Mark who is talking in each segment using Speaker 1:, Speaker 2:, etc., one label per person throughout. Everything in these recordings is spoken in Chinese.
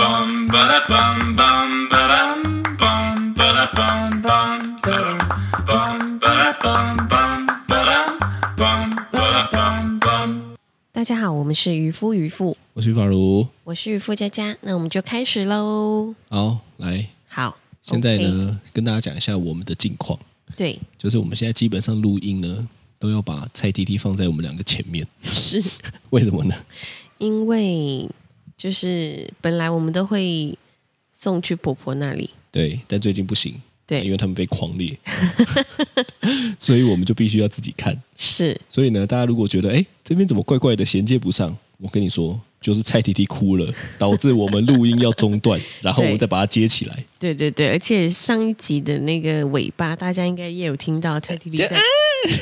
Speaker 1: bum ba da bum bum ba dum bum ba da bum bum ba dum bum ba da bum bum ba dum bum ba da bum bum.
Speaker 2: 大家好，我们是渔夫渔妇，
Speaker 3: 我是法如。
Speaker 2: 我是渔夫佳佳，那我们就开始喽。
Speaker 3: 好，来，
Speaker 2: 好，
Speaker 3: 现在
Speaker 2: OK
Speaker 3: 呢跟大家讲一下我们的近况，
Speaker 2: 对，
Speaker 3: 就是我们现在基本上录音呢都要把蔡 T T 放在我们两个前面，
Speaker 2: 是
Speaker 3: 为什么呢？
Speaker 2: 因为就是本来我们都会送去婆婆那里，
Speaker 3: 对，但最近不行，因
Speaker 2: 对，
Speaker 3: 为他们被狂裂， 所以我们就必须要自己看。
Speaker 2: 是
Speaker 3: 所以呢，大家如果觉得哎这边怎么怪怪的衔接不上，我跟你说，就是蔡 T T 哭了，导致我们录音要中 断，然后我们再把它接起来。
Speaker 2: 对对对，而且上一集的那个尾巴，大家应该也有听到蔡弟弟在
Speaker 3: 啊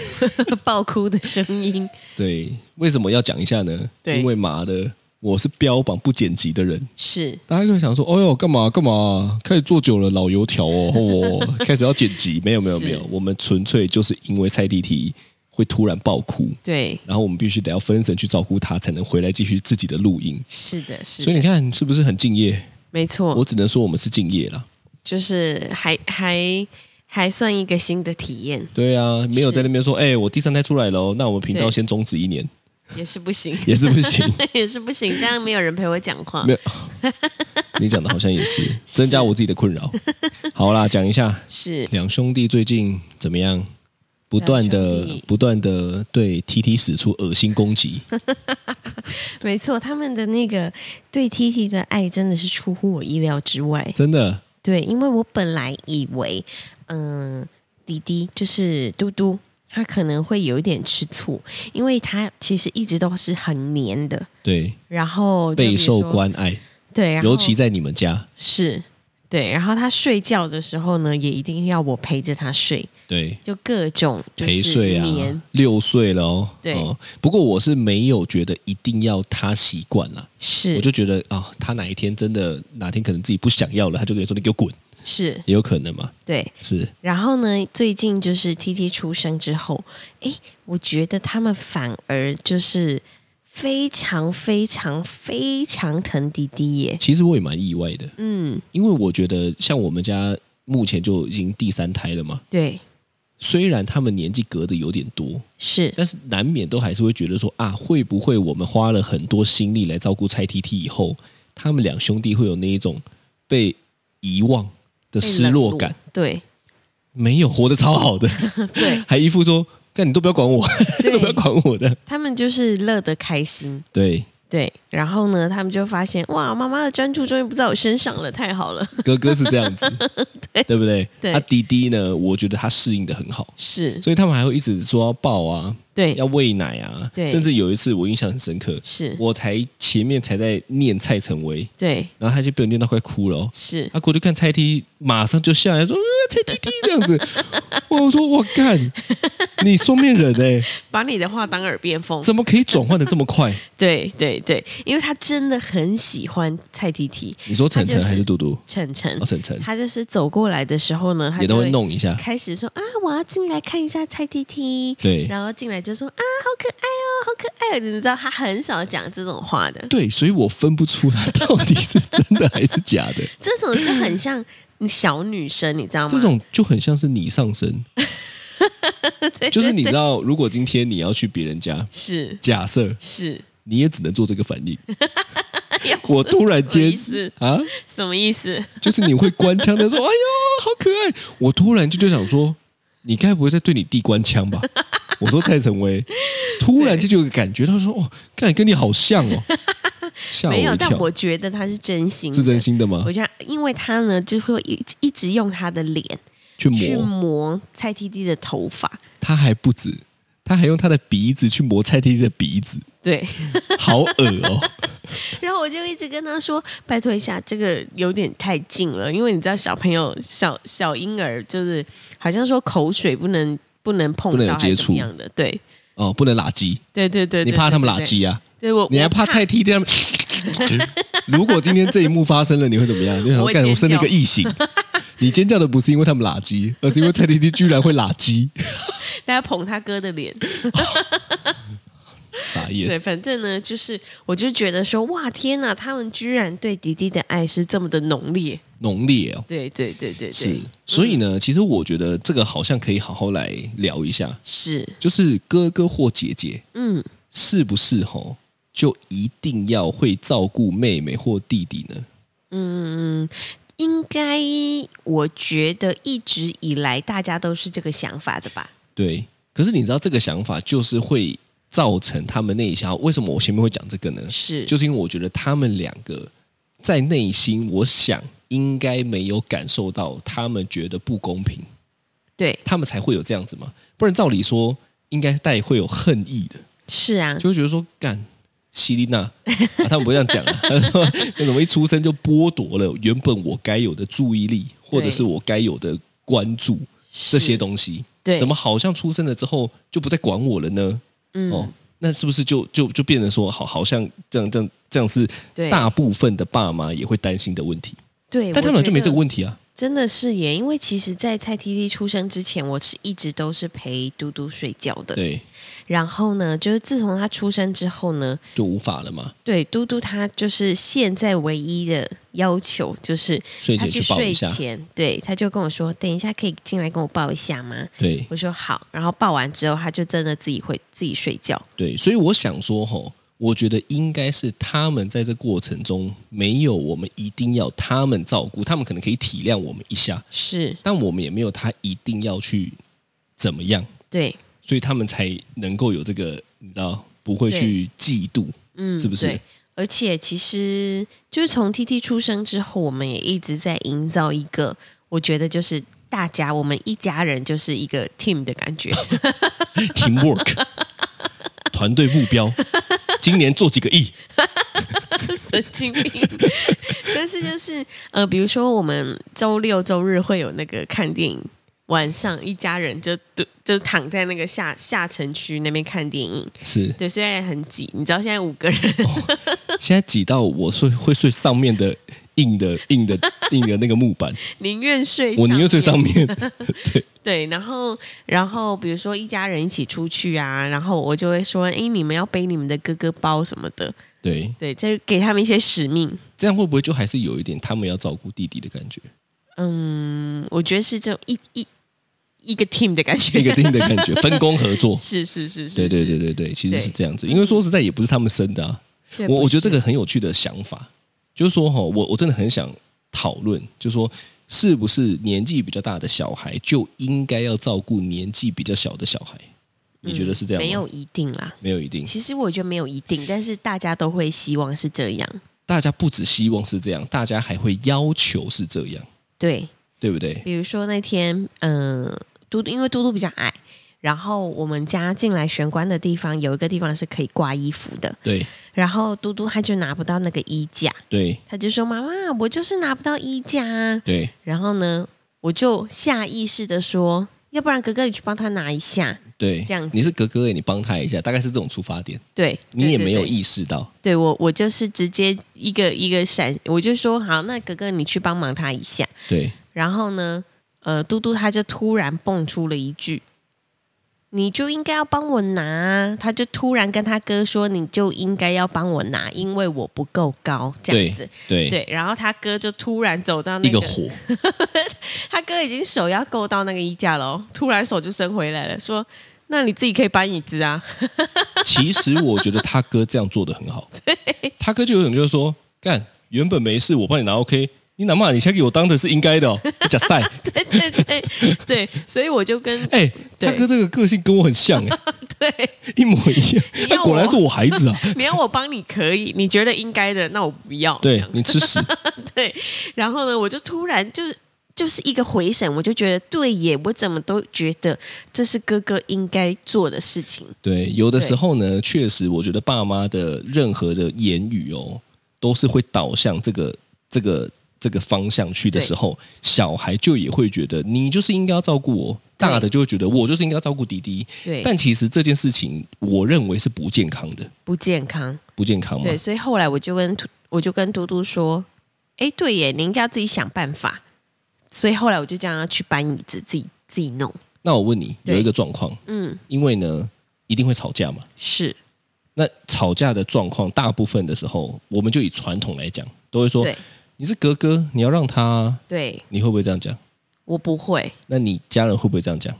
Speaker 2: 爆哭的声音，
Speaker 3: 对，为什么要讲一下呢？
Speaker 2: 对
Speaker 3: 因为麻的，我是标榜不剪辑的人。
Speaker 2: 是
Speaker 3: 大家就会想说：“哦哟，干嘛干嘛？开始做久了，老油条哦， 哦，开始要剪辑。”没有没有
Speaker 2: 是
Speaker 3: 没有，我们纯粹就是因为蔡弟弟会突然爆哭，
Speaker 2: 对，
Speaker 3: 然后我们必须得要分神去照顾他，才能回来继续自己的录音。
Speaker 2: 是的，是哦
Speaker 3: 所以
Speaker 2: 的，
Speaker 3: 你看是不是很敬业？
Speaker 2: 没错，
Speaker 3: 我只能说我们是敬业啦。
Speaker 2: 就是还还还算一个新的体验，
Speaker 3: 对啊，没有
Speaker 2: 是
Speaker 3: 在那边说：“哎、我第三胎出来了哦，那我们频道
Speaker 2: 对
Speaker 3: 先终止一年，
Speaker 2: 也是不行，
Speaker 3: 也是不行。
Speaker 2: 也是不行，这样没有人陪我讲话
Speaker 3: 没。有，你讲的好像也 是增加我自己的困扰。好啦，讲一下
Speaker 2: 是
Speaker 3: 两兄弟最近怎么样？不断
Speaker 2: 两兄
Speaker 3: 的
Speaker 2: 弟、
Speaker 3: 不断的对 T T 使出恶心 攻击，
Speaker 2: 没错，他们的那个对 T T 的爱真的是出乎我意料之外。
Speaker 3: 真的
Speaker 2: 对，因为我本来以为，嗯、弟弟就是嘟嘟，他可能会有一点吃醋，因为他其实一直都是很黏的，
Speaker 3: 对
Speaker 2: 然后就比
Speaker 3: 备
Speaker 2: 如
Speaker 3: 受
Speaker 2: 说
Speaker 3: 关爱，
Speaker 2: 对，然后
Speaker 3: 尤其在你们家，
Speaker 2: 是对，然后他睡觉的时候呢，也一定要我陪着他睡，
Speaker 3: 对
Speaker 2: 就各种就是
Speaker 3: 陪睡
Speaker 2: 黏
Speaker 3: 啊，六岁了哦。
Speaker 2: 对
Speaker 3: 哦，不过我是没有觉得一定要他习惯啦，我
Speaker 2: 是
Speaker 3: 就觉得啊、他哪一天真的哪天可能自己不想要了，他就跟你说你给我滚，
Speaker 2: 是，
Speaker 3: 也有可能嘛，
Speaker 2: 对，
Speaker 3: 是
Speaker 2: 然后呢，最近就是 T T 出生之后，诶，我觉得他们反而就是非常非常非常疼弟弟耶。
Speaker 3: 其实我也蛮意外的，
Speaker 2: 嗯，
Speaker 3: 因为我觉得像我们家目前就已经第三胎了嘛，
Speaker 2: 对，
Speaker 3: 虽然他们年纪隔得有点多，
Speaker 2: 是
Speaker 3: 但是难免都还是会觉得说啊，会不会我们花了很多心力来照顾蔡 T T 以后，他们两兄弟会有那一种被遗忘的失落感？。
Speaker 2: 对
Speaker 3: 没有，活得超好的，
Speaker 2: 对
Speaker 3: 还一副说干 你都不要管我，都不要
Speaker 2: 对，
Speaker 3: 管我的。
Speaker 2: 他们就是乐得开心。
Speaker 3: 对，
Speaker 2: 对，然后呢，他们就发现哇，妈妈的专注终于不在我身上了，太好 了。
Speaker 3: 哥哥是这样子，对不对？
Speaker 2: 对
Speaker 3: 啊，弟弟呢，我觉得他适应的很好，
Speaker 2: 是，
Speaker 3: 所以他们还会一直说要抱啊，
Speaker 2: 对
Speaker 3: 要，喂奶啊，
Speaker 2: 对
Speaker 3: 甚至有一次我印象很深刻，
Speaker 2: 是，
Speaker 3: 我才前面才在念蔡成威，
Speaker 2: 对，
Speaker 3: 然后他就被我念到快哭了、哦。
Speaker 2: 是，
Speaker 3: 他过去看蔡 T，马上就下来说：“呃、蔡 T T 这样子。”我说：“我干，你双面人哎、
Speaker 2: 把你的话当耳边风。
Speaker 3: 怎么可以转换的这么快
Speaker 2: 对对对，因为他真的很喜欢蔡 T T。？”
Speaker 3: 你说晨
Speaker 2: 他
Speaker 3: 晨
Speaker 2: 就是
Speaker 3: 还是嘟嘟？
Speaker 2: 晨晨
Speaker 3: 哦，，晨晨
Speaker 2: 他就是走过来的时候呢，他
Speaker 3: 也
Speaker 2: 就
Speaker 3: 都会弄一下，
Speaker 2: 开始说啊，我要进来看一下蔡 T T，
Speaker 3: 对
Speaker 2: 然后进来就说啊，好可爱哦，好可爱哦，你知道他很少讲这种话的，
Speaker 3: 对，所以我分不出他 到底是真的还是假 的。
Speaker 2: 这种就很像小女生，你知道吗？
Speaker 3: 这种就很像是你上身，就是你知道，如果今天你要去别人家，
Speaker 2: 是
Speaker 3: 假设
Speaker 2: 是，
Speaker 3: 你也只能做这个反应。
Speaker 2: 哎呀
Speaker 3: 我突然间
Speaker 2: 什么意思
Speaker 3: 啊，
Speaker 2: 什么意思？
Speaker 3: 就是你会官腔的说：“ 哎呦，好可爱！”我突然就就想说，你该不会在对你弟官腔吧？我说蔡成威，突然间就有个感觉，他说：“哦，看跟你好像哦，吓我
Speaker 2: 没有，
Speaker 3: 一
Speaker 2: 但
Speaker 3: 跳
Speaker 2: 我，觉得他是真心，
Speaker 3: 是真。心的吗
Speaker 2: 我？觉得，因为他呢，就会一直一直用他的脸
Speaker 3: 去
Speaker 2: 去
Speaker 3: 磨，
Speaker 2: 磨蔡 T T 的头发，
Speaker 3: 他还不止，他还用他的鼻子去磨蔡弟弟的鼻子，
Speaker 2: 对。
Speaker 3: 好恶哦！
Speaker 2: 然后我就一直跟他说：“拜托一下，这个有点太近了，因为你知道小朋友、小小婴儿就是好像说口水不能不能碰
Speaker 3: 不能
Speaker 2: 到，
Speaker 3: 有接触
Speaker 2: 一样的。对
Speaker 3: 哦，不能拉鸡，
Speaker 2: 对对对，
Speaker 3: 你
Speaker 2: 对
Speaker 3: 怕他们拉？
Speaker 2: 对
Speaker 3: 鸡啊？
Speaker 2: 对对我
Speaker 3: 你还
Speaker 2: 我
Speaker 3: 怕蔡 T 他们？ 如果今天这一幕发生了，你会怎么样？你想
Speaker 2: 我
Speaker 3: 说
Speaker 2: 会
Speaker 3: 干
Speaker 2: 尖
Speaker 3: 我生了一个
Speaker 2: 叫
Speaker 3: 异形？ 你尖叫的不是因为他们拉鸡，而是因为蔡 T T 居然会拉鸡，
Speaker 2: 大家捧他哥的脸，
Speaker 3: 傻眼。
Speaker 2: 对，反正呢，就是我就觉得说，哇，天哪，他们居然对迪迪的爱是这么的浓烈。
Speaker 3: 浓烈哦。
Speaker 2: 对对对对对，
Speaker 3: 是，所以呢，其实我觉得这个好像可以好好来聊一下，
Speaker 2: 是，
Speaker 3: 就是哥哥或姐姐
Speaker 2: 嗯，
Speaker 3: 是不是吼，就一定要会照顾妹妹或弟弟呢？
Speaker 2: 应该我觉得一直以来大家都是这个想法的吧？
Speaker 3: 对，可是你知道这个想法就是会造成他们内心。为什么我前面会讲这个呢？
Speaker 2: 是，
Speaker 3: 就是因为我觉得他们两个在内心，我想应该没有感受到他们觉得不公平，
Speaker 2: 对，
Speaker 3: 他们才会有这样子嘛。不然照理说，应该带会有恨意的。
Speaker 2: 是啊，
Speaker 3: 就会觉得说干。西丽娜、啊，他们不会这样讲啊。 他说：“那怎么一出生就剥夺了原本我该有的注意力，或者是我该有的关注
Speaker 2: 是
Speaker 3: 这些东西？
Speaker 2: 对，
Speaker 3: 怎么好像出生了之后就不再管我了呢？
Speaker 2: 嗯、
Speaker 3: 哦，那是不是就就就变成说，好，好像这样这样这样是
Speaker 2: 对
Speaker 3: 大部分的爸妈也会担心的问题？
Speaker 2: 对，
Speaker 3: 但他们就没这个
Speaker 2: 题，
Speaker 3: 问题啊。
Speaker 2: 真的是耶，因为其实，在蔡 T T 出生之前，我是一直都是陪嘟嘟睡觉的。
Speaker 3: 对，
Speaker 2: 然后呢，就是自从他出生之后呢，
Speaker 3: 就无法了嘛。
Speaker 2: 对嘟嘟他就是现在唯一的要求就是
Speaker 3: 睡
Speaker 2: 他
Speaker 3: 前
Speaker 2: 去
Speaker 3: 去抱一
Speaker 2: 睡
Speaker 3: 下，
Speaker 2: 前，对，他就跟我说，等一下可以进来跟我抱一下吗？
Speaker 3: 对
Speaker 2: 我说好，然后抱完之后，他就真的自己会自己睡觉。
Speaker 3: 对，所以我想说吼，我觉得应该是他们在这过程中没有我们一定要他们照顾，他们可能可以体谅我们一下，
Speaker 2: 是
Speaker 3: 但我们也没有他一定要去怎么样，
Speaker 2: 对，
Speaker 3: 所以他们才能够有这个，你知道，不会去嫉妒，
Speaker 2: 嗯，
Speaker 3: 是不是
Speaker 2: 对而且其实就是从 T T 出生之后，我们也一直在营造一个，我觉得就是大家我们一家人就是一个 team 的感觉。
Speaker 3: teamwork，团队目标，今年做几个亿，
Speaker 2: 神经 病。但是就是呃，比如说我们周六周日会有那个看电影，晚上一家人就就就躺在那个下下城区那边看电影。
Speaker 3: 是
Speaker 2: 对，虽然很挤，你知道现在五个人，
Speaker 3: 哦现在挤到我睡会睡上面的硬的硬的硬的那个木 板，
Speaker 2: 宁愿睡，
Speaker 3: 我宁愿睡上。面。
Speaker 2: 对，然后然后比如说一家人一起出去啊，然后我就会说，哎，你们要背你们的哥哥包什么的，
Speaker 3: 对，
Speaker 2: 对，就给他们一些使命。
Speaker 3: 这样会不会就还是有一点他们要照顾弟弟的感觉，
Speaker 2: 嗯，我觉得是这种一一一个 team 的感觉，。
Speaker 3: 一个定的感觉，分工合作
Speaker 2: 是是是是，
Speaker 3: 对对
Speaker 2: 是
Speaker 3: 对对对，其实是这样子，因为说实在也不是他们生的啊。
Speaker 2: 对
Speaker 3: 我
Speaker 2: 不
Speaker 3: 我觉得这
Speaker 2: 是
Speaker 3: 个很有趣的想法，就是说哈、我我真的很想讨论，就是说是不是年纪比较大的小孩就应该要照顾年纪比较小的小孩？你觉得是这样
Speaker 2: 嗯
Speaker 3: 吗？
Speaker 2: 没有，一定啦。
Speaker 3: 没有一定。
Speaker 2: 其实我觉得没有一定，但是大家都会希望是这样。
Speaker 3: 大家不只希望是这样，大家还会要求是这样，
Speaker 2: 对，
Speaker 3: 对不对？
Speaker 2: 比如说那天，嗯、嘟嘟因为嘟嘟比较矮，然后我们家进来玄关的地方有一个地方是可以挂衣服的，
Speaker 3: 对
Speaker 2: 然后嘟嘟他就拿不到那个衣架，
Speaker 3: 对
Speaker 2: 他就说：“妈妈，我就是拿不到衣架啊。
Speaker 3: 对”
Speaker 2: 然后呢，我就下意识的说：“要不然哥哥你去帮他拿一下。
Speaker 3: 对，
Speaker 2: 这样子
Speaker 3: 你是哥哥欸耶，你帮他一下，大概是这种出发点。
Speaker 2: 对”对，
Speaker 3: 你也没有
Speaker 2: 对
Speaker 3: 意识到，
Speaker 2: 对我，我就是直接一个一个闪，我就说好，那哥哥你去帮忙他一下。
Speaker 3: 对
Speaker 2: 然后呢，呃，嘟嘟他就突然蹦出了一句：“你就应该要帮我拿啊。”他就突然跟他哥说：“你就应该要帮我拿，因为我不够高。”这样子。
Speaker 3: 对
Speaker 2: 对，然后他哥就突然走到那
Speaker 3: 一
Speaker 2: 个，
Speaker 3: 个火，
Speaker 2: 他哥已经手要够到那个衣架了哦，突然手就伸回来了，说：“那你自己可以搬椅子啊。
Speaker 3: 其实我觉得他哥这样做的很 好，他哥就有种就是说，干原本没事，我帮你拿 OK，你哪怕你先给我当的是应 该的、哦，假赛，”
Speaker 2: 对对对对，所以我就跟
Speaker 3: 哎、
Speaker 2: 对
Speaker 3: 他哥这个个性跟我很像、 哎，
Speaker 2: 对。
Speaker 3: 一模一样
Speaker 2: 你，要
Speaker 3: 他果然是我孩子啊，
Speaker 2: 你要我帮你可以，你觉得应该的，那我不要。
Speaker 3: 对你吃屎，
Speaker 2: 对，然后呢，我就突然就就是一个回神，我就觉得对耶，我怎么都觉得这是哥哥应该做的事情。
Speaker 3: 对，有的时候呢，确实我觉得爸妈的任何的言语哦，都是会导向这个这个这个方向去的时候，小孩就也会觉得你就是应该要照顾我。大的就会觉得我就是应该要照顾弟弟，
Speaker 2: 对，
Speaker 3: 但其实这件事情，我认为是不健康的，
Speaker 2: 不健康。
Speaker 3: 不健康嘛
Speaker 2: 对，。所以后来我就跟我就跟嘟嘟说，哎，对耶，你应该要自己想办法。所以后来我就叫他去搬椅子，自己自己弄。
Speaker 3: 那我问你，
Speaker 2: 对
Speaker 3: 有一个状况，
Speaker 2: 嗯，
Speaker 3: 因为呢，一定会吵架嘛。
Speaker 2: 是
Speaker 3: 那吵架的状况，大部分的时候，我们就以传统来讲，都会说
Speaker 2: 对
Speaker 3: 你是格格，你要让他，
Speaker 2: 对
Speaker 3: 你会不会这样讲？
Speaker 2: 我不会，
Speaker 3: 那你家人会不会这样讲？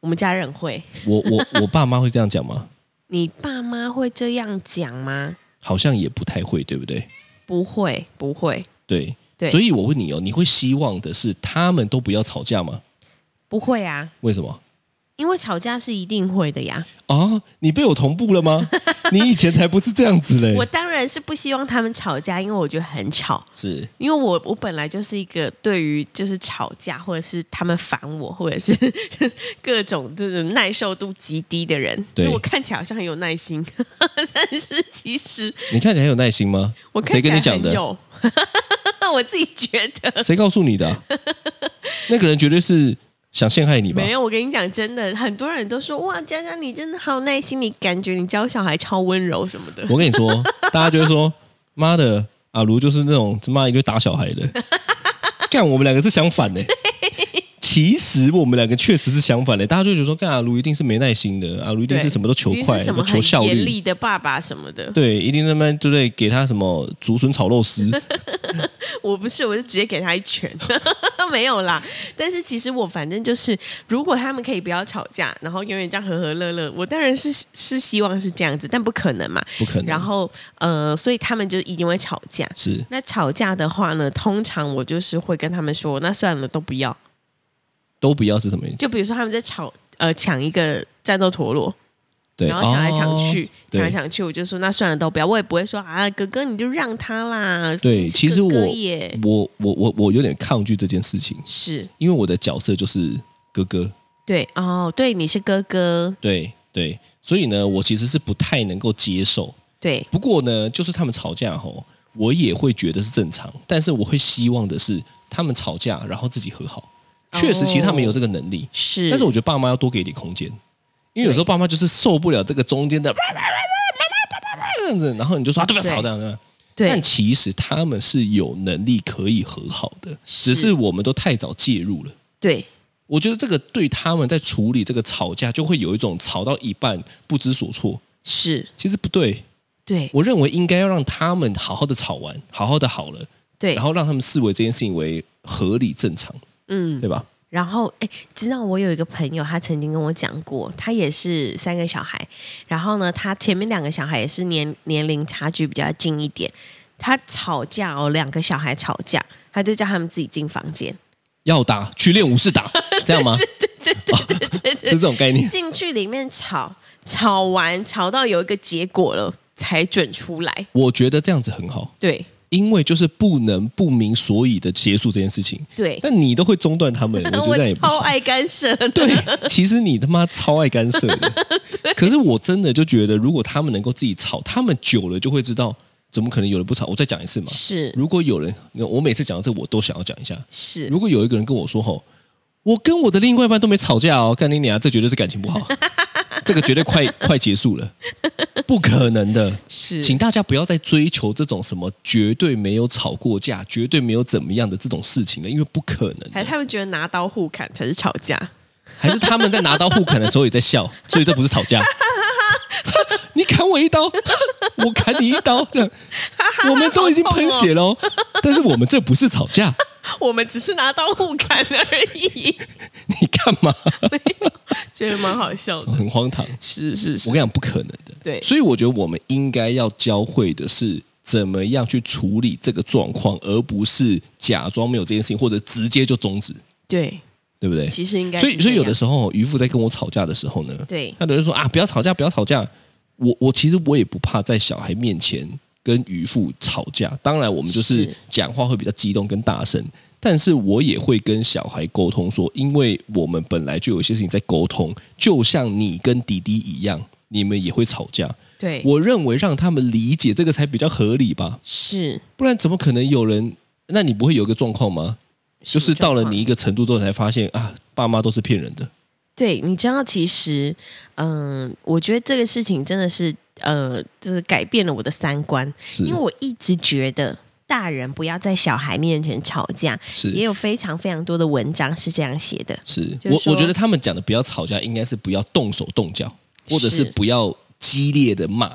Speaker 2: 我们家人会。
Speaker 3: 我 我我爸妈会这样讲吗？
Speaker 2: 你爸妈会这样讲吗？
Speaker 3: 好像也不太会，对不对？
Speaker 2: 不会，不会，
Speaker 3: 对，
Speaker 2: 对
Speaker 3: 所以我问你哦，你会希望的是他们都不要吵架吗？
Speaker 2: 不会啊，
Speaker 3: 为什么？
Speaker 2: 因为吵架是一定会的呀。
Speaker 3: 啊，你被我同步了吗？你以前才不是这样子 嘞
Speaker 2: 我，当然是不希望他们吵架，因为我觉得很吵。
Speaker 3: 是
Speaker 2: 因为我我本来就是一个对于就是吵架或者是他们烦我或者是 各种就是耐受度极低的人，
Speaker 3: 对
Speaker 2: 就我看起来好像很有耐心， 但是其实
Speaker 3: 你看起来很有耐心吗？
Speaker 2: 我
Speaker 3: 谁
Speaker 2: 看起
Speaker 3: 跟
Speaker 2: 来
Speaker 3: 你讲
Speaker 2: 很
Speaker 3: 的？
Speaker 2: 有， 我自己觉得
Speaker 3: 谁告诉 你的啊、那个人绝对是想陷害你吧
Speaker 2: 没？有。我跟你讲，真的，很多人都说哇，佳佳你真的好耐心，你感觉你教小孩超温柔什么的。
Speaker 3: 我跟你说，大家就会说，妈的，阿卢就是那种他妈一个打小 孩的。干，我们两个是相反的、其实我们两个确实是相反的、大家就觉得说，干阿卢一定是没耐心的，阿卢一定是
Speaker 2: 对
Speaker 3: 什么都求
Speaker 2: 你
Speaker 3: 快，
Speaker 2: 是什么
Speaker 3: 求
Speaker 2: 很
Speaker 3: 效
Speaker 2: 严
Speaker 3: 率。
Speaker 2: 厉的爸爸什么的，
Speaker 3: 对，一定那边对不对？给他什么竹笋炒 肉丝，
Speaker 2: 我不是，我就直接给他一拳， 没有啦。但是其实我反正就是，如果他们可以不要吵架，然后永远这样和和乐乐，我当然是是希望是这样子，但不可能嘛。
Speaker 3: 不可能。
Speaker 2: 然后呃，所以他们就一定会吵架。
Speaker 3: 是
Speaker 2: 那吵架的话呢，通常我就是会跟他们说，那算了，都不要。
Speaker 3: 都不要是什么意思？
Speaker 2: 就比如说他们在吵，呃，抢一个战斗陀螺，
Speaker 3: 对，
Speaker 2: 然后抢来抢去，
Speaker 3: 哦
Speaker 2: 抢来
Speaker 3: 对
Speaker 2: 抢去，我就说那算了，都不要。我也不会说啊，哥哥你就让他啦。
Speaker 3: 对
Speaker 2: 你是
Speaker 3: 其实
Speaker 2: 哥哥
Speaker 3: 我
Speaker 2: 也
Speaker 3: 哦我我我我有点抗拒这件事情，
Speaker 2: 是
Speaker 3: 因为我的角色就是哥哥，
Speaker 2: 对哦，对，你是哥哥，
Speaker 3: 对对，所以呢，我其实是不太能够接受。
Speaker 2: 对
Speaker 3: 不过呢，就是他们吵架吼，我也会觉得是正常，但是我会希望的是他们吵架，然后自己和好。确实，
Speaker 2: 哦
Speaker 3: 其实他们有这个能力，
Speaker 2: 是。
Speaker 3: 但是我觉得爸妈要多给一点空间，因为有时候爸妈就是受不了这个中间的这样子，然后你就说啊，对不要吵
Speaker 2: 对
Speaker 3: 这样子。但
Speaker 2: 对
Speaker 3: 其实他们是有能力可以和好的，只
Speaker 2: 是
Speaker 3: 是我们都太早介入了。
Speaker 2: 对
Speaker 3: 我觉得这个对他们在处理这个吵架，就会有一种吵到一半不知所措。
Speaker 2: 是，
Speaker 3: 其实不对，
Speaker 2: 对
Speaker 3: 我认为应该要让他们好好的吵完，好好的好了，
Speaker 2: 对。
Speaker 3: 然后让他们视为这件事情为合理正常，
Speaker 2: 嗯，
Speaker 3: 对吧？
Speaker 2: 然后哎，知道我有一个朋友，他曾经跟我讲过，他也是三个小孩，然后呢，他前面两个小孩也是年年龄差距比较近一点，他吵架哦，两个小孩吵架，他就叫他们自己进房间，
Speaker 3: 要打去练武士 打，这样吗？对对对对是这种概念。
Speaker 2: 进去里面吵，吵完吵到有一个结果了才准出来，
Speaker 3: 我觉得这样子很好，
Speaker 2: 对
Speaker 3: 因为就是不能不明所以的结束这件事情。
Speaker 2: 对。
Speaker 3: 但你都会中断他们，我觉得这样也不
Speaker 2: 超
Speaker 3: 好。
Speaker 2: 爱干涉的，
Speaker 3: 对， 其实你他妈超爱干涉的。 可是我真的就觉得，如果他们能够自己吵，他们久了就会知道，怎么可能有人不吵？我再讲一次嘛。
Speaker 2: 是
Speaker 3: 如果有人，我每次讲到这，我都想要讲一下。
Speaker 2: 是
Speaker 3: 如果有一个人跟我说：“吼，我跟我的另外一半都没吵架哦，干你娘，这绝对是感情不好， 这个绝对快快结束了，不可能的。”
Speaker 2: 是，
Speaker 3: 请大家不要再追求这种什么绝对没有吵过架、绝对没有怎么样的这种事情了，因为不可能
Speaker 2: 还是
Speaker 3: 的。
Speaker 2: 他们觉得拿刀互砍才是吵架？
Speaker 3: 还是他们在拿刀互砍的时候也在笑，所以这不是吵架。你砍我一刀，我砍你一刀，这样我们都已经喷血了哦，但是我们这不是吵架，
Speaker 2: 我们只是拿刀互砍而已，
Speaker 3: 你干嘛？
Speaker 2: 觉得蛮好笑的。
Speaker 3: 很荒唐。
Speaker 2: 是是
Speaker 3: 我
Speaker 2: 是，
Speaker 3: 跟你讲，不可能的。
Speaker 2: 对
Speaker 3: 所以我觉得我们应该要教会的是怎么样去处理这个状况，而不是假装没有这件事情，或者直接就终止，
Speaker 2: 对，
Speaker 3: 对不对？
Speaker 2: 其实应该是
Speaker 3: 所以，所以有的
Speaker 2: 这
Speaker 3: 时候渔夫在跟我吵架的时候呢，
Speaker 2: 对
Speaker 3: 他都会说啊，不要吵架，不要吵架。我我其实我也不怕在小孩面前跟渔夫吵架，当然我们就是
Speaker 2: 是
Speaker 3: 讲话会比较激动跟大声，但是我也会跟小孩沟通说，因为我们本来就有一些事情在沟通，就像你跟弟弟一样，你们也会吵架。
Speaker 2: 样对，
Speaker 3: 我认为让他们理解这个才比较合理吧，
Speaker 2: 是
Speaker 3: 不然怎么可能有人？那你不会有一个状况吗？就是到了你一个程度之后，才发现啊，爸妈都是骗人的。
Speaker 2: 对，你知道，其实，嗯、我觉得这个事情真的是，呃，就是改变了我的三观，
Speaker 3: 是
Speaker 2: 因为我一直觉得。大人不要在小孩面前吵架，
Speaker 3: 是
Speaker 2: 也有非常非常多的文章是这样写的。
Speaker 3: 是
Speaker 2: 就是
Speaker 3: 我我
Speaker 2: 说
Speaker 3: 觉得他们讲的不要吵架，应该是不要动手动脚，或者是
Speaker 2: 是
Speaker 3: 不要激烈的骂，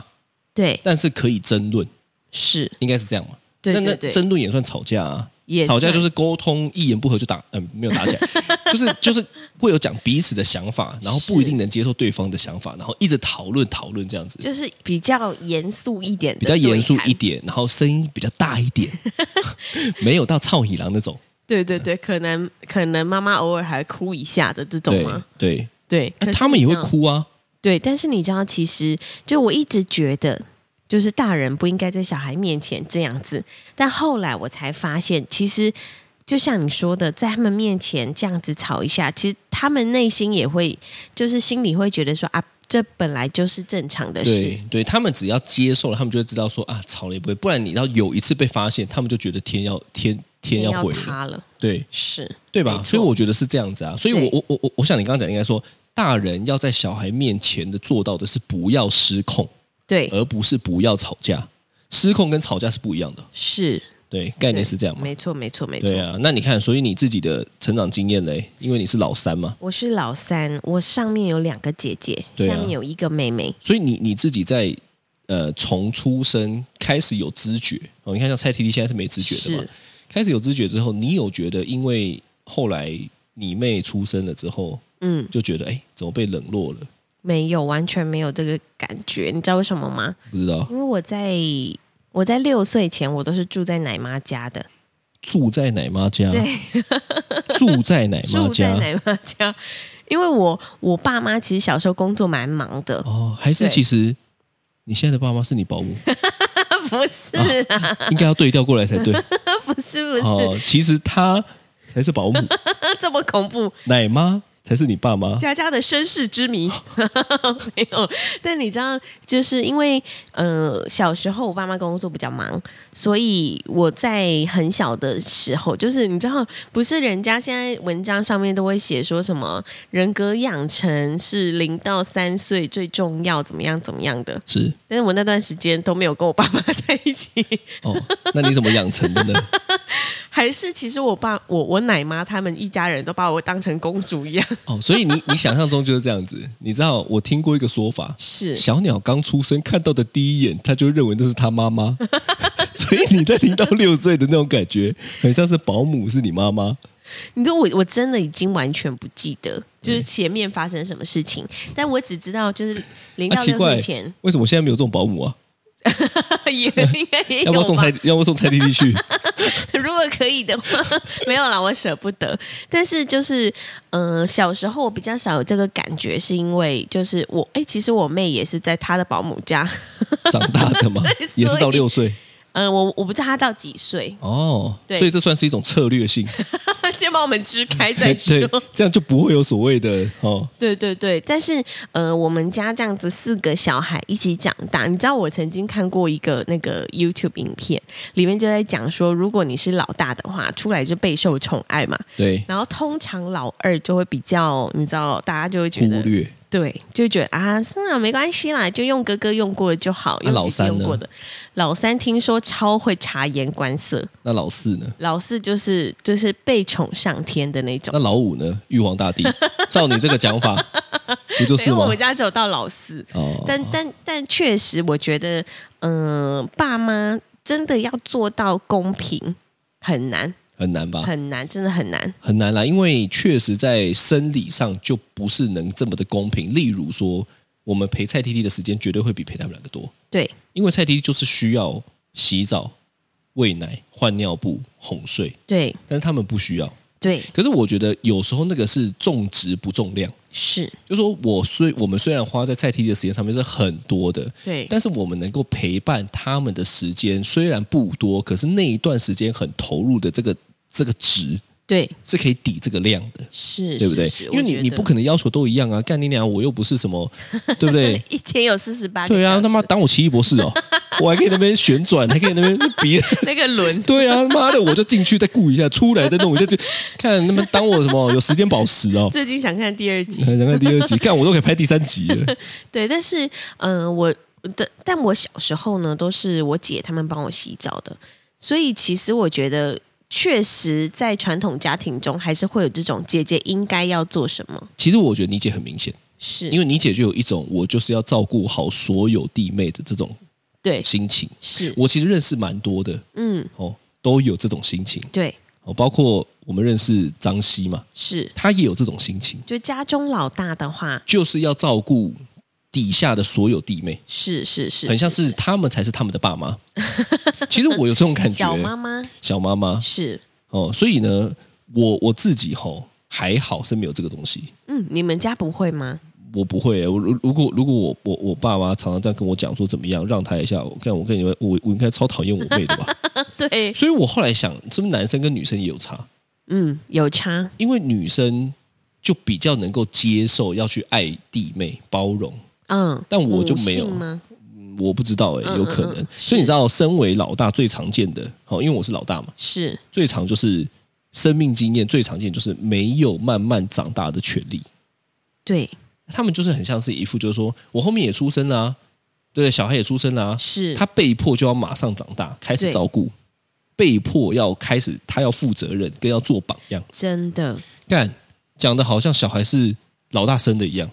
Speaker 2: 对，
Speaker 3: 但是可以争论，
Speaker 2: 是，
Speaker 3: 应该是这样嘛？
Speaker 2: 对
Speaker 3: 那
Speaker 2: 对
Speaker 3: 那
Speaker 2: 对，
Speaker 3: 争论也算吵架啊。
Speaker 2: 也
Speaker 3: 吵架
Speaker 2: 算
Speaker 3: 就是沟通，一言不合就打，嗯、没有打 起来，就是就是会有讲彼此的想法，然后不一定能接受对方的想法，然后一直讨论讨论这样子，
Speaker 2: 就是比较严肃一点的
Speaker 3: 比
Speaker 2: 对
Speaker 3: 较
Speaker 2: 谈，
Speaker 3: 严肃一点，然后声音比较大 一点，没有到操喜狼那种，
Speaker 2: 对对对，可能可能妈妈偶尔还哭一下的这种
Speaker 3: 对
Speaker 2: 吗？
Speaker 3: 对，
Speaker 2: 对，
Speaker 3: 那
Speaker 2: 可是
Speaker 3: 他们
Speaker 2: 你
Speaker 3: 也会
Speaker 2: 知道。
Speaker 3: 哭啊，
Speaker 2: 对，但是你知道，其实就我一直觉得，就是大人不应该在小孩面前这样子。但后来我才发现，其实就像你说的，在他们面前这样子吵一下，其实他们内心也会，就是心里会觉得说啊，这本来就是正常的事
Speaker 3: 对。对，他们只要接受了，他们就会知道说啊，吵了也不会，不然你要有一次被发现，他们就觉得天要天天要
Speaker 2: 要
Speaker 3: 毁了，
Speaker 2: 塌了，
Speaker 3: 对
Speaker 2: 是
Speaker 3: 对
Speaker 2: 没
Speaker 3: 吧？
Speaker 2: 错
Speaker 3: 所以我觉得是这样子啊，所以我
Speaker 2: 对
Speaker 3: 我我我我想你刚刚讲应该说。大人要在小孩面前的做到的是不要失控，
Speaker 2: 对，
Speaker 3: 而不是不要吵架。失控跟吵架是不一样的，
Speaker 2: 是
Speaker 3: 对，概念是这样嘛？
Speaker 2: 没错，没错，没错。
Speaker 3: 对啊，那你看，所以你自己的成长经验嘞，因为你是老三嘛，
Speaker 2: 我是老三，我上面有两个姐姐，
Speaker 3: 对啊
Speaker 2: 下面有一个妹妹。
Speaker 3: 所以你你自己在呃从出生开始有知觉哦，你看像蔡提提现在是没知觉的嘛
Speaker 2: 是，
Speaker 3: 开始有知觉之后，你有觉得因为后来你妹出生了之后，
Speaker 2: 嗯，
Speaker 3: 就觉得哎怎么被冷落了？
Speaker 2: 没有，完全没有这个感觉。你知道为什么吗？
Speaker 3: 不知道
Speaker 2: 因为我在我在六岁前，我都是住在奶妈家的，
Speaker 3: 住在奶妈家，
Speaker 2: 对，
Speaker 3: 住在奶妈
Speaker 2: 住在
Speaker 3: 家
Speaker 2: 奶妈家。 因为我我爸妈其实小时候工作蛮忙的，
Speaker 3: 哦，还是
Speaker 2: 对
Speaker 3: 其实你现在的爸妈是你保姆，
Speaker 2: 不是啊，
Speaker 3: 应该要对调过来才对。
Speaker 2: 不 是不是，
Speaker 3: 哦，其实他才是保姆，
Speaker 2: 这么恐怖，
Speaker 3: 奶妈才是你爸妈。
Speaker 2: 佳佳的身世之谜 没有，但你知道，就是因为呃，小时候我爸妈工作比较忙，所以我在很小的时候，就是你知道，不是人家现在文章上面都会写说什么人格养成是零到三岁最重要，怎么样怎么样的，
Speaker 3: 是
Speaker 2: 但是我那段时间都没有跟我爸妈在一起，
Speaker 3: 哦，那你怎么养成 的呢？
Speaker 2: 还是其实我爸、我我奶妈他们一家人都把我当成公主一样，
Speaker 3: 哦，所以你你想象中就是这样子。你知道我听过一个说法，
Speaker 2: 是
Speaker 3: 小鸟刚出生看到的第一眼，它就认为那是它妈妈。 所以你在零到六岁的那种感觉，很像是保姆是你妈妈。
Speaker 2: 你说我我真的已经完全不记得，就是
Speaker 3: 嗯
Speaker 2: 前面发生什么事情，但我只知道就是零
Speaker 3: 啊，
Speaker 2: 到
Speaker 3: 奇
Speaker 2: 六
Speaker 3: 怪
Speaker 2: 岁前、，
Speaker 3: 为什么现在没有这种保姆啊？
Speaker 2: 也应该也
Speaker 3: 要不要
Speaker 2: 有
Speaker 3: 送
Speaker 2: 吧
Speaker 3: 蔡？，要不要送蔡弟弟去？
Speaker 2: 如果可以的话， 没有啦，我舍不得。但是就是，呃，小时候我比较少有这个感觉，是因为就是我，哎、其实我妹也是在她的保姆家，
Speaker 3: 长大 的嘛，也是到六岁
Speaker 2: 嗯、我我不知道她到几岁，
Speaker 3: 哦。
Speaker 2: 对
Speaker 3: 所以这算是一种策 略性，
Speaker 2: 先把我们支开再
Speaker 3: 对
Speaker 2: 说。，
Speaker 3: 这样就不会有所谓的哦。
Speaker 2: 对对对，但是呃，我们家这样子四个小孩一起长大，你知道我曾经看过一个那个 YouTube 影片，里面就在讲说，如果你是老大的话，出来就备受宠爱嘛，
Speaker 3: 对，
Speaker 2: 然后通常老二就会比较，你知道，大家就会觉
Speaker 3: 忽
Speaker 2: 得
Speaker 3: 略。
Speaker 2: 对，就会觉得啊，算了，没关系啦，就用哥哥用过的就好，
Speaker 3: 那
Speaker 2: 用
Speaker 3: 啊老
Speaker 2: 姐姐
Speaker 3: 三
Speaker 2: 用
Speaker 3: 呢
Speaker 2: 过的。老三听说超会察言观色，
Speaker 3: 那老四呢？
Speaker 2: 老四就是就是被宠上天的那种
Speaker 3: 那。老五呢？玉皇大帝，照你这个讲法，不 就
Speaker 2: 没
Speaker 3: 是
Speaker 2: 有，
Speaker 3: 吗
Speaker 2: 我？们家只有到老四。
Speaker 3: 哦，
Speaker 2: 但但但确实，我觉得，嗯、爸妈真的要做到公平很难，
Speaker 3: 很难吧？
Speaker 2: 很难，真的很难。
Speaker 3: 很难啦，因为确实在生理上就不是能这么的公平。例如说，我们陪蔡 T T 的时间绝对会比陪他们两个多，
Speaker 2: 对，
Speaker 3: 因为蔡 T T 就是需要洗澡、喂奶、换尿布、哄睡，
Speaker 2: 对，
Speaker 3: 但是他们不需要。
Speaker 2: 对，
Speaker 3: 可是我觉得有时候那个是重质不重量，
Speaker 2: 是，
Speaker 3: 就说我虽我们虽然花在蔡 T T 的时间上面是很多的，
Speaker 2: 对，
Speaker 3: 但是我们能够陪伴他们的时间虽然不多，可是那一段时间很投入的这个这个值
Speaker 2: 对，
Speaker 3: 是可以抵这个量的，
Speaker 2: 是，
Speaker 3: 对不对？
Speaker 2: 是是
Speaker 3: 因为
Speaker 2: 我
Speaker 3: 你
Speaker 2: 觉
Speaker 3: 你
Speaker 2: 得
Speaker 3: 不可能要求都一样啊，干你娘！我又不是什么，对不对
Speaker 2: ？一天有四十八个
Speaker 3: 对啊，
Speaker 2: 小
Speaker 3: 他妈
Speaker 2: 时
Speaker 3: 当我奇异博士哦，我还可以那边旋转，还可以那边别。
Speaker 2: 那个轮。
Speaker 3: 对啊，妈的，我就进去再顾一下，出来再弄一下，就看他们当我什么有时间宝石哦
Speaker 2: 最近想看第二集，
Speaker 3: 想看第二集，看我都可以拍第三集了。
Speaker 2: 对，但是嗯、呃我的但我小时候呢，都是我姐他们帮我洗澡的，所以其实我觉得，确实在传统家庭中，还是会有这种姐姐应该要做什么，
Speaker 3: 其实我觉得你姐很明显，
Speaker 2: 是
Speaker 3: 因为你姐就有一种我就是要照顾好所有弟妹的这种
Speaker 2: 对，
Speaker 3: 心情。
Speaker 2: 是，
Speaker 3: 我其实认识蛮多的
Speaker 2: 嗯，
Speaker 3: 哦，都有这种心情
Speaker 2: 对，
Speaker 3: 哦，包括我们认识张希嘛，
Speaker 2: 是。
Speaker 3: 他也有这种心情，
Speaker 2: 就家中老大的话，
Speaker 3: 就是要照顾底下的所有弟妹，
Speaker 2: 是是是，
Speaker 3: 很像是他们才是他们的 爸妈。其实我有这种感觉，
Speaker 2: 小妈妈，
Speaker 3: 小妈妈
Speaker 2: 是，
Speaker 3: 哦，所以呢，我我自己吼、还好是没有这个东西，
Speaker 2: 嗯，你们家不会吗？
Speaker 3: 我不会、我如如果如果我我我爸妈常常这样跟我讲说怎么样让他一下，我看我跟你们，我我应该超讨厌我妹的吧？
Speaker 2: 对，
Speaker 3: 所以我后来想，是不是男生跟女生也有差？
Speaker 2: 嗯，有差，
Speaker 3: 因为女生就比较能够接受要去爱弟妹包容，
Speaker 2: 嗯，
Speaker 3: 但我就
Speaker 2: 母
Speaker 3: 没有
Speaker 2: 性吗？
Speaker 3: 嗯我不知道哎、
Speaker 2: 嗯
Speaker 3: 有可
Speaker 2: 嗯
Speaker 3: 能。
Speaker 2: 嗯
Speaker 3: 所以你知道，身为老大最常见的，好、因为我是老大嘛，
Speaker 2: 是
Speaker 3: 最常就是生命经验最常见就是没有慢慢长大的权利。
Speaker 2: 对，
Speaker 3: 他们就是很像是一副就是说我后面也出生啦、对，小孩也出生啦、
Speaker 2: 是
Speaker 3: 啊他被迫就要马上长大，开始
Speaker 2: 对
Speaker 3: 照顾，被迫要开始他要负责任，跟要做榜样。
Speaker 2: 真的，
Speaker 3: 干讲的好像小孩是老大生 的一样，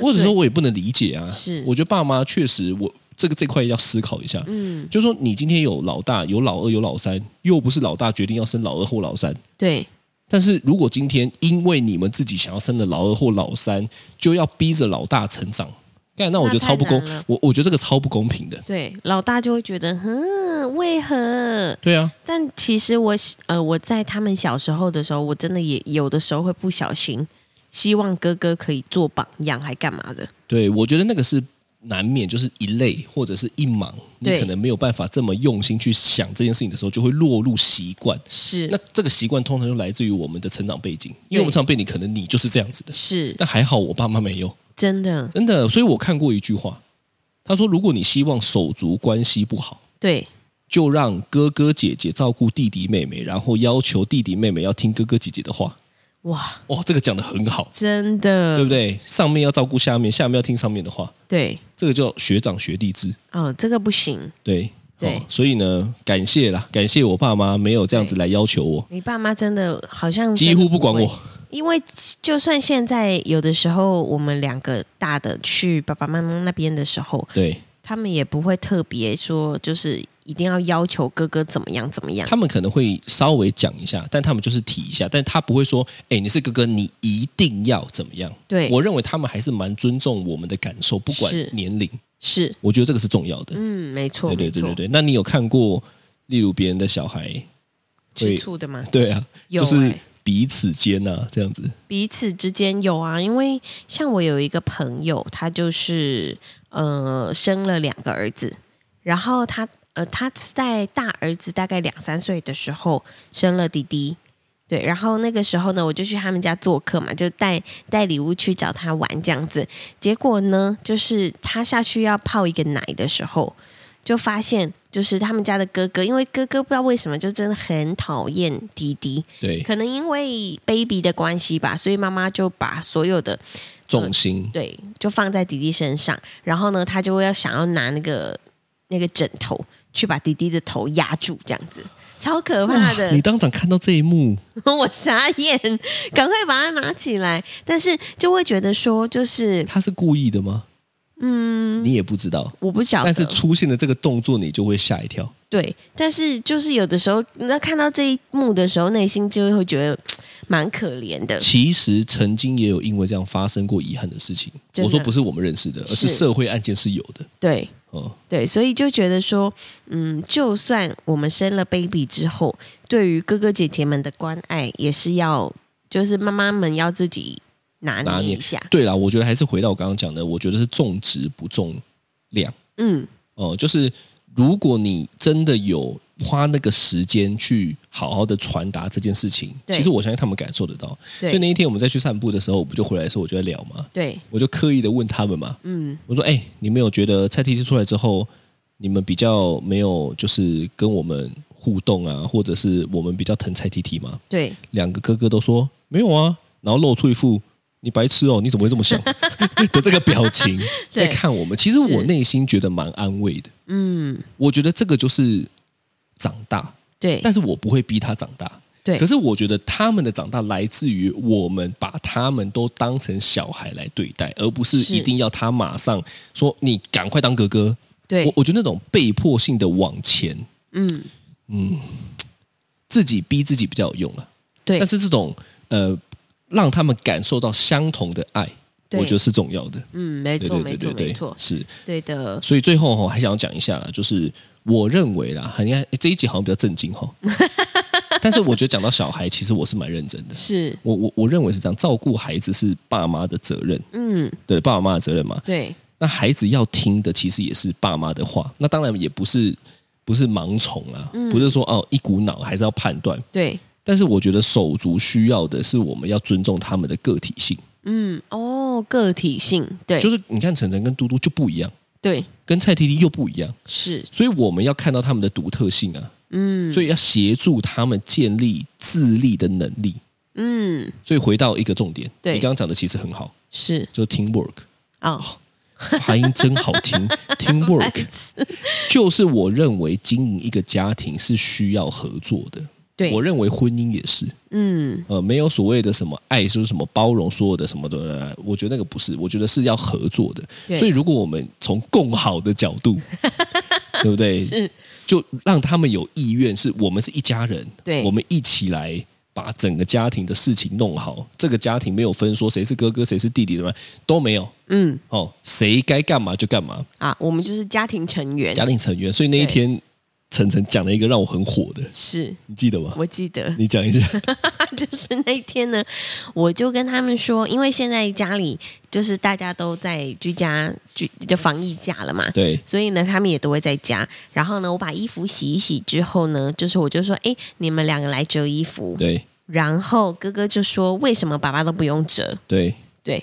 Speaker 3: 或者说我也不能理解啊。
Speaker 2: 是
Speaker 3: 我觉得爸妈确实我这个这块要思考一下。
Speaker 2: 嗯，
Speaker 3: 就说你今天有老大，有老二，有老三，又不是老大决定要生老二或老三，
Speaker 2: 对，
Speaker 3: 但是如果今天因为你们自己想要生的老二或老三，就要逼着老大成长，干那我觉得超不公
Speaker 2: 那太难了，
Speaker 3: 我我觉得这个超不公平的。
Speaker 2: 对，老大就会觉得，嗯，为何？
Speaker 3: 对啊，
Speaker 2: 但其实我呃，我在他们小时候的时候，我真的也有的时候会不小心，希望哥哥可以做榜样，还干嘛的？
Speaker 3: 对我觉得那个是难免，就是一累或者是一忙，你
Speaker 2: 对
Speaker 3: 可能没有办法这么用心去想这件事情的时候，就会落入习惯。那
Speaker 2: 是
Speaker 3: 这个习惯通常就来自于我们的成长背景，因为
Speaker 2: 对
Speaker 3: 我们成长背景可能你就是这样子的。
Speaker 2: 是，
Speaker 3: 但还好我爸妈没有，
Speaker 2: 真的，
Speaker 3: 真的。所以我看过一句话，他说：“如果你希望手足关系不好，
Speaker 2: 对，
Speaker 3: 就让哥哥姐姐照顾弟弟妹妹，然后要求弟弟妹妹要听哥哥姐姐的话。
Speaker 2: 哇，
Speaker 3: 哦，这个讲的很好，
Speaker 2: 真的，
Speaker 3: 对不对？上面要照顾下面，下面要听上面的话，
Speaker 2: 对，
Speaker 3: 这个叫学长学弟制。
Speaker 2: 哦，这个不行。
Speaker 3: 对
Speaker 2: 对
Speaker 3: 哦所以呢，感谢啦，感谢我爸妈没有这样子来要求我，
Speaker 2: 你爸妈真的好像
Speaker 3: 几
Speaker 2: 真
Speaker 3: 乎
Speaker 2: 的
Speaker 3: 不管
Speaker 2: 会，
Speaker 3: 我。
Speaker 2: 因为就算现在有的时候我们两个大的去爸爸妈妈那边的时候，
Speaker 3: 对
Speaker 2: 他们也不会特别说就是一定要要求哥哥怎么样怎么样
Speaker 3: 他。们可能会稍微讲一下，但他们就是提一下，但他不会说，哎，你是哥哥，你一定要怎么样。
Speaker 2: 对，
Speaker 3: 我认为他们还是蛮尊重我们的感受，不管
Speaker 2: 是
Speaker 3: 年龄，
Speaker 2: 是，
Speaker 3: 我觉得这个是重要的。
Speaker 2: 嗯，没错，
Speaker 3: 对对对
Speaker 2: 没
Speaker 3: 对
Speaker 2: 错，
Speaker 3: 对。那你有看过，例如别人的小孩，对
Speaker 2: 吃醋的嘛，
Speaker 3: 对啊，
Speaker 2: 有
Speaker 3: 就是
Speaker 2: 欸
Speaker 3: 彼此间呐、啊、这样子，
Speaker 2: 彼此之间有啊，因为像我有一个朋友，他就是呃生了两个儿子，然后他呃他是在大儿子大概两三岁的时候生了弟弟。对，然后那个时候呢，我就去他们家做客嘛，就带带礼物去找他玩这样子。结果呢，就是他下去要泡一个奶的时候，就发现就是他们家的哥哥，因为哥哥不知道为什么就真的很讨厌弟弟，
Speaker 3: 对，
Speaker 2: 可能因为 baby 的关系吧，所以妈妈就把所有的
Speaker 3: 重心，
Speaker 2: 对就放在弟弟身上，然后呢，他就会要想要拿那个那个枕头去把弟弟的头压住，这样子超可怕的
Speaker 3: 哇你。当场看到这一幕，
Speaker 2: 我傻眼，赶快把它拿起来。但是就会觉得说，就是
Speaker 3: 他是故意的吗？
Speaker 2: 嗯，
Speaker 3: 你也不知道，
Speaker 2: 我不晓得，
Speaker 3: 但是出现了这个动作，你就会吓一跳。
Speaker 2: 对，但是就是有的时候，那看到这一幕的时候，内心就会觉得蛮可怜的。
Speaker 3: 其实曾经也有因为这样发生过遗憾的事情。
Speaker 2: 真的
Speaker 3: 我说不是我们认识的，而是
Speaker 2: 是
Speaker 3: 社会案件是有的。
Speaker 2: 对，
Speaker 3: 哦，
Speaker 2: 对，所以就觉得说，嗯，就算我们生了 baby 之后，对于哥哥姐姐们的关爱也是要，就是妈妈们要自己拿
Speaker 3: 拿
Speaker 2: 捏
Speaker 3: 捏
Speaker 2: 一下。
Speaker 3: 对啦，我觉得还是回到我刚刚讲的，我觉得是重质不重量。
Speaker 2: 嗯，
Speaker 3: 哦，就是如果你真的有花那个时间去好好的传达这件事情，
Speaker 2: 对
Speaker 3: 其实我相信他们感受得到。所以
Speaker 2: 对，
Speaker 3: 那一天我们再去散步的时候，我不就回来的时候，我就在聊嘛，
Speaker 2: 对，
Speaker 3: 我就刻意的问他们嘛，
Speaker 2: 嗯，
Speaker 3: 我说：“哎、你们有觉得蔡 T T 出来之后，你们比较没有就是跟我们互动啊，或者是我们比较疼蔡 T T 吗
Speaker 2: 对，？”
Speaker 3: 两个哥哥都说没有啊，然后露出一副你白痴哦，你怎么会这么想 的这个表情在
Speaker 2: 对
Speaker 3: 看我们。其实
Speaker 2: 是
Speaker 3: 我内心觉得蛮安慰的，
Speaker 2: 嗯，
Speaker 3: 我觉得这个就是长大，
Speaker 2: 对，
Speaker 3: 但是我不会逼他长大。
Speaker 2: 对
Speaker 3: 可是我觉得他们的长大来自于我们把他们都当成小孩来对待，而不是
Speaker 2: 是
Speaker 3: 一定要他马上说你赶快当哥哥，
Speaker 2: 对
Speaker 3: 我我觉得那种被迫性的往前，
Speaker 2: 嗯，
Speaker 3: 自己逼自己比较有用啊。
Speaker 2: 对
Speaker 3: 但是这种呃，让他们感受到相同的爱，
Speaker 2: 对
Speaker 3: 我觉得是重要的。
Speaker 2: 嗯，没
Speaker 3: 对
Speaker 2: 错，
Speaker 3: 对
Speaker 2: 没
Speaker 3: 对
Speaker 2: 错，
Speaker 3: 对
Speaker 2: 没
Speaker 3: 对
Speaker 2: 错，，
Speaker 3: 是。
Speaker 2: 对的，
Speaker 3: 所以最后哈、还想要讲一下啦，就是我认为啦，很看这一集好像比较震 惊哈、但是我觉得讲到小孩，其实我是蛮认真的。
Speaker 2: 是，
Speaker 3: 我我我认为是这样，照顾孩子是爸妈的责任，
Speaker 2: 嗯，
Speaker 3: 对爸爸妈妈的责任嘛。
Speaker 2: 对，
Speaker 3: 那孩子要听的其实也是爸妈的话，那当然也不是不是盲从啊，
Speaker 2: 嗯
Speaker 3: 不是说哦一股脑还是要判断。
Speaker 2: 对，
Speaker 3: 但是我觉得手足需要的是我们要尊重他们的个体性，
Speaker 2: 嗯，哦，个体性，对，
Speaker 3: 就是你看晨晨跟嘟嘟就不一样，
Speaker 2: 对，
Speaker 3: 跟蔡婷婷又不一样，
Speaker 2: 是，
Speaker 3: 所以我们要看到他们的独特性啊，
Speaker 2: 嗯，
Speaker 3: 所以要协助他们建立自立的能力。
Speaker 2: 嗯，
Speaker 3: 所以回到一个重点，
Speaker 2: 对
Speaker 3: 你刚刚讲的其实很好，
Speaker 2: 是，
Speaker 3: 就是 teamwork，
Speaker 2: 哦，
Speaker 3: 发音真好 听，teamwork 就是我认为经营一个家庭是需要合作的。
Speaker 2: 对，
Speaker 3: 我认为婚姻也是，
Speaker 2: 嗯，
Speaker 3: 呃，没有所谓的什么爱，就是什么包容所有的什么的，呃我觉得那个不是，我觉得是要合作的。
Speaker 2: 对
Speaker 3: 所以如果我们从共好的角 度，对不对？
Speaker 2: 是，
Speaker 3: 就让他们有意愿，是我们是一家人，
Speaker 2: 对
Speaker 3: 我们一起来把整个家庭的事情弄好。这个家庭没有分说谁是哥哥谁是弟弟的嘛，都没有
Speaker 2: 嗯，
Speaker 3: 哦，谁该干嘛就干嘛，
Speaker 2: 啊，我们就是家庭成员，
Speaker 3: 家庭成员。所以那一
Speaker 2: 对
Speaker 3: 天，晨晨讲了一个让我很火的，
Speaker 2: 是
Speaker 3: 你记得吗？
Speaker 2: 我记得，
Speaker 3: 你讲一下，
Speaker 2: 就是那一天呢，我就跟他们说，因为现在家里就是大家都在居家居就防疫假了嘛，
Speaker 3: 对
Speaker 2: 所以呢，他们也都会在家。然后呢，我把衣服洗一洗之后呢，就是我就说，哎，你们两个来折衣服。
Speaker 3: 对
Speaker 2: 然后哥哥就说，为什么爸爸都不用折？
Speaker 3: 对
Speaker 2: 对，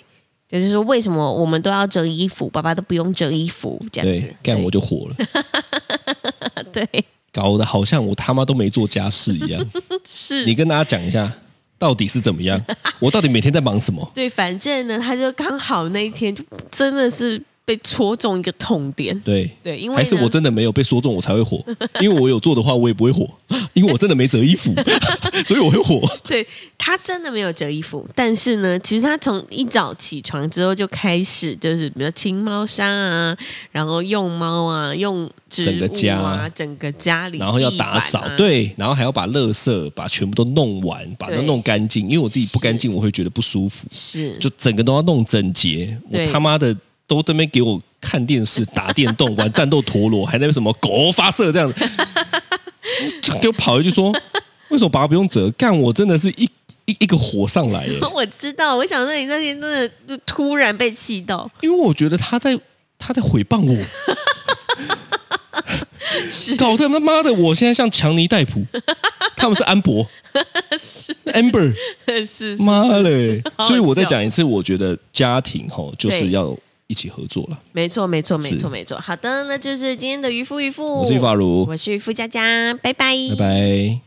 Speaker 2: 就是说为什么我们都要折衣服，爸爸都不用折衣服这样子
Speaker 3: 对，。干我就火了，
Speaker 2: 对，对
Speaker 3: 搞得好像我他妈都没做家事 一样。
Speaker 2: 是
Speaker 3: 你跟大家讲一下，到底是怎么样？我到底每天在忙什么？
Speaker 2: 对，反正呢，他就刚好那一天就真的是被戳中一个痛点。
Speaker 3: 对
Speaker 2: 对，因为
Speaker 3: 还是
Speaker 2: 呢
Speaker 3: 我真的没有被说中，我才会火。因为我有做的话，我也不会火，因为我真的没折衣服， 所以我会火。
Speaker 2: 对他真的没有折衣服，但是呢，其实他从一早起床之后就开始，就是比如清猫砂啊，然后用猫啊，用植
Speaker 3: 整个
Speaker 2: 物
Speaker 3: 家
Speaker 2: 啊，整个家里，啊
Speaker 3: 然后要打扫，，对，然后还要把垃圾把全部都弄完，把它
Speaker 2: 对
Speaker 3: 弄干净。因为我自己不干净，我会觉得不舒服，
Speaker 2: 是
Speaker 3: 就整个都要弄整洁。我
Speaker 2: 对
Speaker 3: 他妈的都在那边给我看电视、打电动、玩战斗陀螺，还在那边什么狗发射这样 子，就给我跑一句说：“为什么爸爸不用折？”干，我真的是一一一个火上来 耶！
Speaker 2: 哦我知道，我想说你那天真的就突然被气到，
Speaker 3: 因为我觉得他在他在诽谤我，搞得他妈的我现在像强尼戴普，他们是 安博，amber，
Speaker 2: 是是
Speaker 3: 妈嘞！
Speaker 2: 好好
Speaker 3: 所以我再
Speaker 2: 笑
Speaker 3: 讲一次，我觉得家庭吼就是
Speaker 2: 对
Speaker 3: 要一起合作了。
Speaker 2: 没错没错没
Speaker 3: 是
Speaker 2: 错没错。好的，那就是今天的渔夫渔夫，
Speaker 3: 我是玉发如，
Speaker 2: 哦我是渔夫佳佳，拜拜，
Speaker 3: 拜拜。